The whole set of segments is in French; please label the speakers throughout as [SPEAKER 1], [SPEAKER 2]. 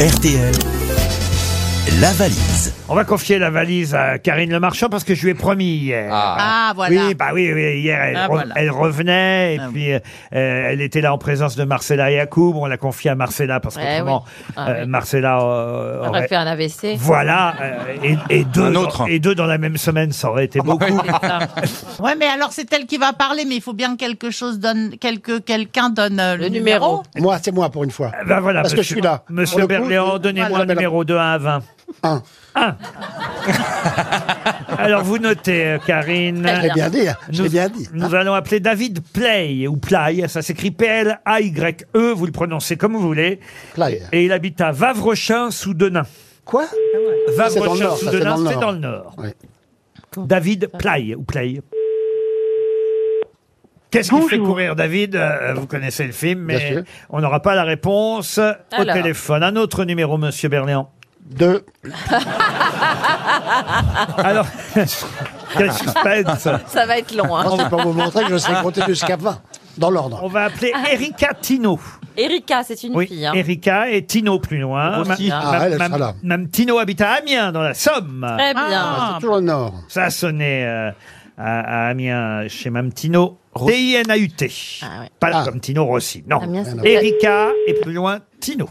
[SPEAKER 1] RTL, la valise.
[SPEAKER 2] On va confier la valise à Karine Le Marchand parce que je lui ai promis hier.
[SPEAKER 3] Ah, voilà.
[SPEAKER 2] Oui, bah oui, oui, hier elle,
[SPEAKER 3] Ah,
[SPEAKER 2] re-
[SPEAKER 3] voilà.
[SPEAKER 2] elle revenait et
[SPEAKER 3] Ah,
[SPEAKER 2] puis euh, euh, elle était là en présence de Marcella Yacoub. On l'a confiée à Marcella
[SPEAKER 3] Eh
[SPEAKER 2] parce que
[SPEAKER 4] Ouais,
[SPEAKER 2] comment
[SPEAKER 4] oui. Ah, oui.
[SPEAKER 2] Marcella euh, aurait-
[SPEAKER 4] On aurait fait un AVC.
[SPEAKER 2] Voilà, euh, et, et deux,
[SPEAKER 5] Un autre. Ah bah
[SPEAKER 2] et deux dans la même semaine, ça aurait été beaucoup.
[SPEAKER 4] Ah.
[SPEAKER 3] Ouais, mais alors c'est elle qui va parler, mais il faut bien que quelque chose donne, quelque, quelqu'un donne euh, le,
[SPEAKER 4] Le
[SPEAKER 3] numéro.
[SPEAKER 4] numéro.
[SPEAKER 6] Moi, c'est moi pour une fois.
[SPEAKER 2] Ben voilà,
[SPEAKER 6] Parce que
[SPEAKER 2] monsieur,
[SPEAKER 6] je suis là. Pour
[SPEAKER 2] Monsieur
[SPEAKER 6] le coup,
[SPEAKER 2] Berléand,
[SPEAKER 6] je-
[SPEAKER 2] donnez-moi
[SPEAKER 6] voilà,
[SPEAKER 2] un
[SPEAKER 6] ben là.
[SPEAKER 2] numéro de 1 à 20.
[SPEAKER 6] Un.
[SPEAKER 2] 1. Alors vous notez, euh, Karine.
[SPEAKER 4] Très
[SPEAKER 6] J'ai bien dit, hein.
[SPEAKER 2] Nous-
[SPEAKER 6] j'ai bien dit.
[SPEAKER 2] Nous allons appeler David Play ou Play, ça s'écrit P-L-A-Y-E, E, vous le prononcez comme vous voulez.
[SPEAKER 6] Play.
[SPEAKER 2] Et il habite à Vavrochin sous Denain.
[SPEAKER 6] Quoi C'est dans le
[SPEAKER 2] Vavrochin
[SPEAKER 6] Nord,
[SPEAKER 2] sous
[SPEAKER 6] ça, c'est
[SPEAKER 2] Denain,
[SPEAKER 6] dans le
[SPEAKER 2] c'est
[SPEAKER 6] Nord.
[SPEAKER 2] dans le nord.
[SPEAKER 6] Ouais.
[SPEAKER 2] David Play ou Play. Qu'est-ce qui fait courir David Euh, Vous connaissez le film,
[SPEAKER 6] Bien
[SPEAKER 2] mais
[SPEAKER 6] sûr.
[SPEAKER 2] on n'aura pas la réponse au
[SPEAKER 4] Alors.
[SPEAKER 2] téléphone. Un autre numéro, Monsieur Berléand.
[SPEAKER 6] Deux.
[SPEAKER 2] Alors, quel suspense
[SPEAKER 4] Ça va être long. hein.
[SPEAKER 6] Non, c'est pour vous montrer que je sais compter jusqu'à 20. Dans l'ordre.
[SPEAKER 2] On va appeler Erika Tino.
[SPEAKER 4] Erika, c'est une
[SPEAKER 2] Oui,
[SPEAKER 4] fille. hein.
[SPEAKER 2] Erika et Tino plus loin.
[SPEAKER 4] Aussi.
[SPEAKER 2] Ma-
[SPEAKER 6] Ah,
[SPEAKER 2] ma-
[SPEAKER 6] elle, elle
[SPEAKER 2] ma-
[SPEAKER 6] sera là.
[SPEAKER 2] Mme Tino habite à Amiens, dans la Somme.
[SPEAKER 4] Très bien.
[SPEAKER 3] Ah,
[SPEAKER 6] Toujours le Nord.
[SPEAKER 2] Ça sonnait euh, à, à Amiens chez Mme Tino. T-I-N-A-U-T.
[SPEAKER 4] Ah ouais.
[SPEAKER 2] Pas
[SPEAKER 6] Ah.
[SPEAKER 2] comme Tino Rossi, non.
[SPEAKER 4] Amiens, c'est-
[SPEAKER 2] Erika et plus loin, Tino.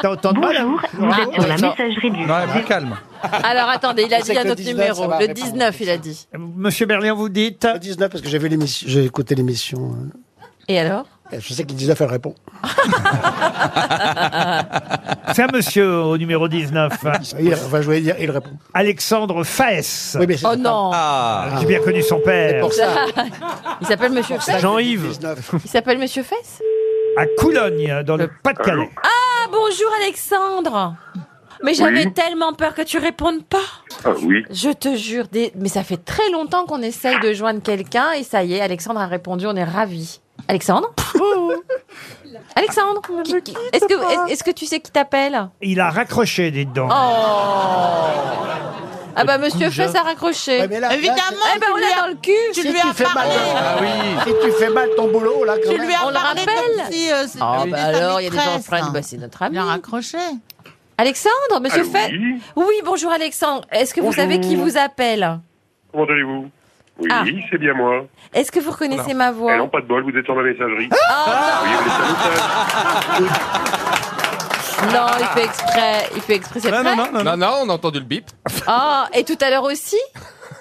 [SPEAKER 2] T'as entendu mal, hein
[SPEAKER 7] Bonjour, vous êtes sur la messagerie du
[SPEAKER 5] Non, plus calme.
[SPEAKER 4] Alors attendez, il a
[SPEAKER 6] Je sais
[SPEAKER 4] dit
[SPEAKER 6] que
[SPEAKER 4] un
[SPEAKER 6] le
[SPEAKER 4] autre
[SPEAKER 6] 19,
[SPEAKER 4] numéro.
[SPEAKER 6] ça va
[SPEAKER 4] Le
[SPEAKER 6] répondre.
[SPEAKER 4] 19, il a dit.
[SPEAKER 2] Euh, Monsieur Berlin, vous dites
[SPEAKER 6] Le 19, parce que j'ai vu l'émission- j'ai écouté l'émission.
[SPEAKER 4] Et alors
[SPEAKER 6] euh, Je sais que le 19, elle répond.
[SPEAKER 2] C'est un monsieur au numéro 19, hein,
[SPEAKER 6] Euh, Il, enfin, je voulais dire, il répond.
[SPEAKER 2] Alexandre Faes.
[SPEAKER 6] Oui, mais c'est
[SPEAKER 4] Oh non
[SPEAKER 5] Ah,
[SPEAKER 2] J'ai bien connu son
[SPEAKER 6] c'est
[SPEAKER 2] père.
[SPEAKER 6] pour ça.
[SPEAKER 4] Il s'appelle Monsieur Fess
[SPEAKER 6] Ah,
[SPEAKER 2] Jean-Yves,
[SPEAKER 6] 19.
[SPEAKER 4] Il s'appelle Monsieur Fess
[SPEAKER 2] à Coulogne, dans le Pas-de-Calais.
[SPEAKER 4] Ah bonjour Alexandre Mais j'avais tellement peur que tu répondes pas
[SPEAKER 8] Ah oui,
[SPEAKER 4] Je te jure, des- mais ça fait très longtemps qu'on essaye de joindre quelqu'un et ça y est, Alexandre a répondu, on est ravis. Alexandre Alexandre qui- qui- Est-ce que, est-ce que tu sais qui t'appelle
[SPEAKER 2] Il a raccroché, dites
[SPEAKER 4] Oh,
[SPEAKER 2] donc.
[SPEAKER 4] Ah bah monsieur Fess a raccroché.
[SPEAKER 6] Ouais, mais là, là,
[SPEAKER 3] Évidemment,
[SPEAKER 4] Eh ben on
[SPEAKER 3] tu lui
[SPEAKER 4] l'a
[SPEAKER 3] as,
[SPEAKER 4] dans le cul
[SPEAKER 3] tu
[SPEAKER 6] si
[SPEAKER 3] lui
[SPEAKER 6] tu
[SPEAKER 3] as
[SPEAKER 6] fais mal, euh,
[SPEAKER 3] parlé.
[SPEAKER 5] ah oui.
[SPEAKER 6] si tu fais mal ton boulot, là, quand
[SPEAKER 3] Tu
[SPEAKER 6] même.
[SPEAKER 3] lui as
[SPEAKER 4] On le
[SPEAKER 3] parlé
[SPEAKER 4] rappelle
[SPEAKER 3] comme si, euh, c'était
[SPEAKER 4] Ah bah
[SPEAKER 3] sa
[SPEAKER 4] alors, il y a des gens
[SPEAKER 3] maîtresse.
[SPEAKER 4] fringues, bah c'est notre
[SPEAKER 3] Il
[SPEAKER 4] ami.
[SPEAKER 3] a raccroché.
[SPEAKER 4] Alexandre, monsieur
[SPEAKER 8] Allô,
[SPEAKER 4] Fess
[SPEAKER 8] oui.
[SPEAKER 4] Oui, bonjour Alexandre. Est-ce que vous savez qui vous appelle
[SPEAKER 8] comment allez-vous Oui,
[SPEAKER 4] Ah.
[SPEAKER 8] c'est bien moi.
[SPEAKER 4] Est-ce que vous reconnaissez ma
[SPEAKER 8] Eh
[SPEAKER 4] voix
[SPEAKER 8] non, pas de bol, vous êtes sur ma messagerie. Ah Oui, vous êtes sur le message.
[SPEAKER 4] Non, il fait exprès. Il fait exprès, c'est
[SPEAKER 5] Non,
[SPEAKER 4] vrai.
[SPEAKER 5] non, non, non,
[SPEAKER 9] Non, non, on a entendu le bip.
[SPEAKER 4] Ah, et tout à l'heure aussi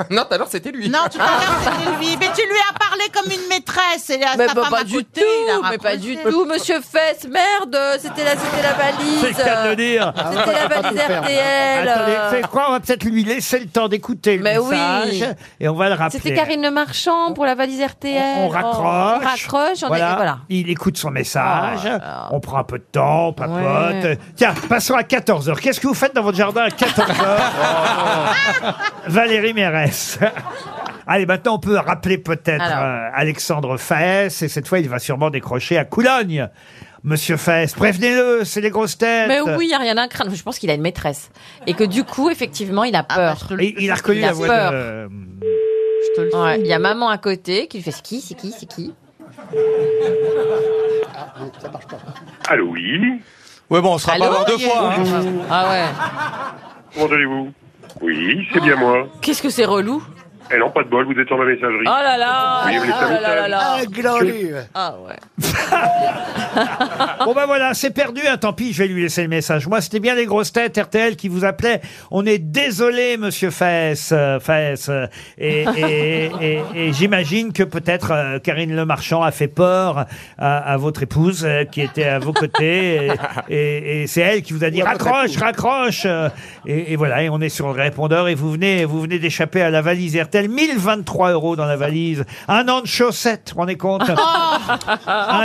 [SPEAKER 9] Non, tout à l'heure, c'était lui.
[SPEAKER 3] Non, tu parles c'était lui. Mais tu lui as parlé comme une maîtresse. Et là,
[SPEAKER 4] Mais
[SPEAKER 3] sa
[SPEAKER 4] bah,
[SPEAKER 3] femme
[SPEAKER 4] pas
[SPEAKER 3] à
[SPEAKER 4] du
[SPEAKER 3] côté,
[SPEAKER 4] tout,
[SPEAKER 3] il a
[SPEAKER 4] mais pas du
[SPEAKER 3] raccroché.
[SPEAKER 4] tout, monsieur Fess, merde, c'était la, c'était la
[SPEAKER 2] C'est le cas de le
[SPEAKER 4] valise.
[SPEAKER 2] dire.
[SPEAKER 6] Ah,
[SPEAKER 4] C'était la valise RTL.
[SPEAKER 2] Attendez,
[SPEAKER 4] euh,
[SPEAKER 2] c'est quoi On va peut-être lui laisser le temps d'écouter le
[SPEAKER 4] Mais oui.
[SPEAKER 2] message et on va le rappeler.
[SPEAKER 4] C'était Karine Le Marchand pour la valise RTL.
[SPEAKER 2] On raccroche.
[SPEAKER 4] On raccroche, on est-
[SPEAKER 2] voilà.
[SPEAKER 4] voilà.
[SPEAKER 2] Il écoute son message.
[SPEAKER 4] Ah.
[SPEAKER 2] on prend un peu de temps, on papote.
[SPEAKER 4] Ouais.
[SPEAKER 2] Tiens, passons à 14h. Qu'est-ce que vous faites dans votre jardin à 14h
[SPEAKER 4] Oh,
[SPEAKER 2] Valérie Mérès. Allez, maintenant on peut rappeler peut-être
[SPEAKER 4] Alors.
[SPEAKER 2] euh, Alexandre Faes, et cette fois il va sûrement décrocher à Coulogne. Monsieur Faes, prévenez-le, c'est les grosses têtes.
[SPEAKER 4] Mais oui, il n'y a rien à craindre. Je pense qu'il a une maîtresse. Et que du coup, effectivement, il a
[SPEAKER 3] Ah, bah,
[SPEAKER 4] peur.
[SPEAKER 3] je te le-
[SPEAKER 2] Et il a reconnu
[SPEAKER 4] Il a
[SPEAKER 2] la voix
[SPEAKER 4] peur.
[SPEAKER 2] de. euh,
[SPEAKER 3] je te le-
[SPEAKER 4] Ouais, Il y a maman à côté qui lui fait c'est qui, c'est qui, c'est qui.
[SPEAKER 8] Allô, oui,
[SPEAKER 5] Ouais, bon, on sera
[SPEAKER 4] Allô,
[SPEAKER 5] pas mort deux
[SPEAKER 4] Yann
[SPEAKER 5] fois. hein.
[SPEAKER 4] Ah ouais.
[SPEAKER 8] comment allez-vous Oui, c'est bien moi.
[SPEAKER 4] Qu'est-ce que c'est relou
[SPEAKER 8] Eh non, pas de bol, vous êtes sur ma
[SPEAKER 4] Oh
[SPEAKER 8] messagerie.
[SPEAKER 4] là là.
[SPEAKER 8] Oui,
[SPEAKER 4] oh
[SPEAKER 8] mais ça
[SPEAKER 4] là là là
[SPEAKER 8] m'étonne.
[SPEAKER 4] là.
[SPEAKER 6] Ah, glorieux.
[SPEAKER 4] Ah ouais.
[SPEAKER 2] Bon ben voilà, c'est perdu, hein, tant pis, je vais lui laisser le message. Moi, c'était bien les grosses têtes RTL qui vous appelaient. On est désolé, monsieur Faes. euh, Faes, euh, et et- et- et j'imagine que peut-être euh, Karine Le Marchand a fait peur à, à votre épouse euh, qui était à vos côtés. Et, et- et c'est elle qui vous a dit
[SPEAKER 6] Ou à votre
[SPEAKER 2] raccroche,
[SPEAKER 6] épouse.
[SPEAKER 2] raccroche. euh, Et, et voilà, et on est sur le répondeur et vous venez, vous venez d'échapper à la valise RTL. 1023 euros dans la valise. Un an de chaussettes, vous vous rendez compte un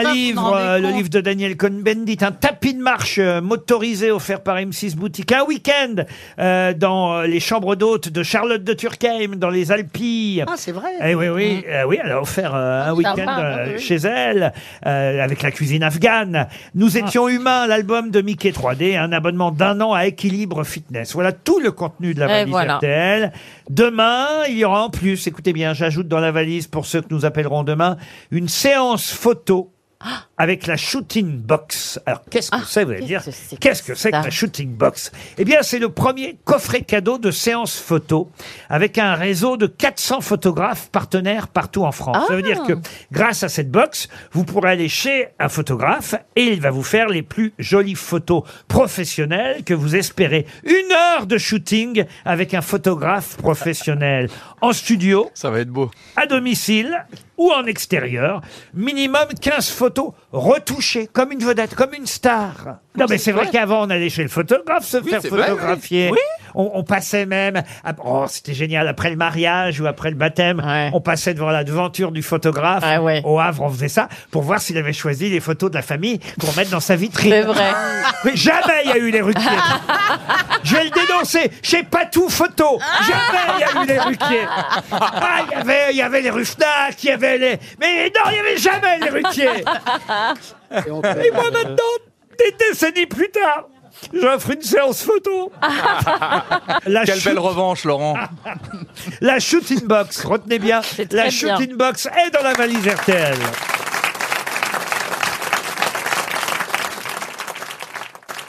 [SPEAKER 3] vous
[SPEAKER 2] livre,
[SPEAKER 3] rendez
[SPEAKER 2] euh, le
[SPEAKER 3] compte
[SPEAKER 2] livre de Daniel Cohn-Bendit, un tapis de marche euh, motorisé offert par M6 Boutique, un week-end euh, dans euh, les chambres d'hôtes de Charlotte de Turckheim, dans les Alpilles.
[SPEAKER 6] Ah, c'est vrai.
[SPEAKER 2] Eh oui, oui,
[SPEAKER 4] Hein?
[SPEAKER 2] euh, oui, elle a offert euh, un week-end
[SPEAKER 4] sympa,
[SPEAKER 2] euh,
[SPEAKER 4] hein, oui.
[SPEAKER 2] chez elle, euh, avec la cuisine afghane.
[SPEAKER 4] Ah.
[SPEAKER 2] Nous étions humains, l'album de Mickey 3D, un abonnement d'un an à Équilibre Fitness. Voilà tout le contenu de la
[SPEAKER 4] Eh,
[SPEAKER 2] valise
[SPEAKER 4] voilà.
[SPEAKER 2] RTL. Demain, il y aura en plus, écoutez bien, j'ajoute dans la valise, pour ceux que nous appellerons demain, une séance photo
[SPEAKER 4] Ah.
[SPEAKER 2] avec la shooting box. Alors qu'est-ce que c'est, vous allez
[SPEAKER 4] qu'est-ce
[SPEAKER 2] dire
[SPEAKER 4] que c'est que
[SPEAKER 2] Qu'est-ce que c'est que
[SPEAKER 4] ça
[SPEAKER 2] la shooting box Eh bien, c'est le premier coffret cadeau de séance photo avec un réseau de 400 photographes partenaires partout en France. Ça veut
[SPEAKER 4] Ah.
[SPEAKER 2] dire que grâce à cette box, vous pourrez aller chez un photographe et il va vous faire les plus jolies photos professionnelles que vous espérez. Une heure de shooting avec un photographe professionnel en studio
[SPEAKER 9] Ça va être beau.
[SPEAKER 2] à domicile ou en extérieur, minimum 15 photos retouchées, comme une vedette, comme une star. Non, mais c'est vrai qu'avant, on allait chez le photographe se
[SPEAKER 9] Oui,
[SPEAKER 2] faire
[SPEAKER 9] c'est vrai, oui.
[SPEAKER 2] photographier.
[SPEAKER 9] Oui.
[SPEAKER 2] On, on passait même, à- oh, c'était génial, après le mariage ou après le baptême,
[SPEAKER 4] Ouais.
[SPEAKER 2] on passait devant la devanture du photographe.
[SPEAKER 4] Ah ouais.
[SPEAKER 2] Au Havre, on faisait ça pour voir s'il avait choisi les photos de la famille pour mettre dans sa vitrine.
[SPEAKER 4] C'est vrai.
[SPEAKER 2] Mais jamais il y a eu les Ruquier. Je vais le dénoncer. Chez Patou Photo, jamais il y a eu les Ruquier. Ah, il y avait, il y avait les Ruffnac, il y avait les. Mais non, il n'y avait jamais les Ruquier.
[SPEAKER 6] Et on-
[SPEAKER 2] Et moi maintenant, des décennies plus tard, j'offre une séance photo. La
[SPEAKER 9] Quelle
[SPEAKER 2] chute-
[SPEAKER 9] belle revanche, Laurent.
[SPEAKER 2] la shooting box, retenez bien,
[SPEAKER 4] C'est
[SPEAKER 2] la
[SPEAKER 4] très bien.
[SPEAKER 2] shooting box est dans la valise RTL.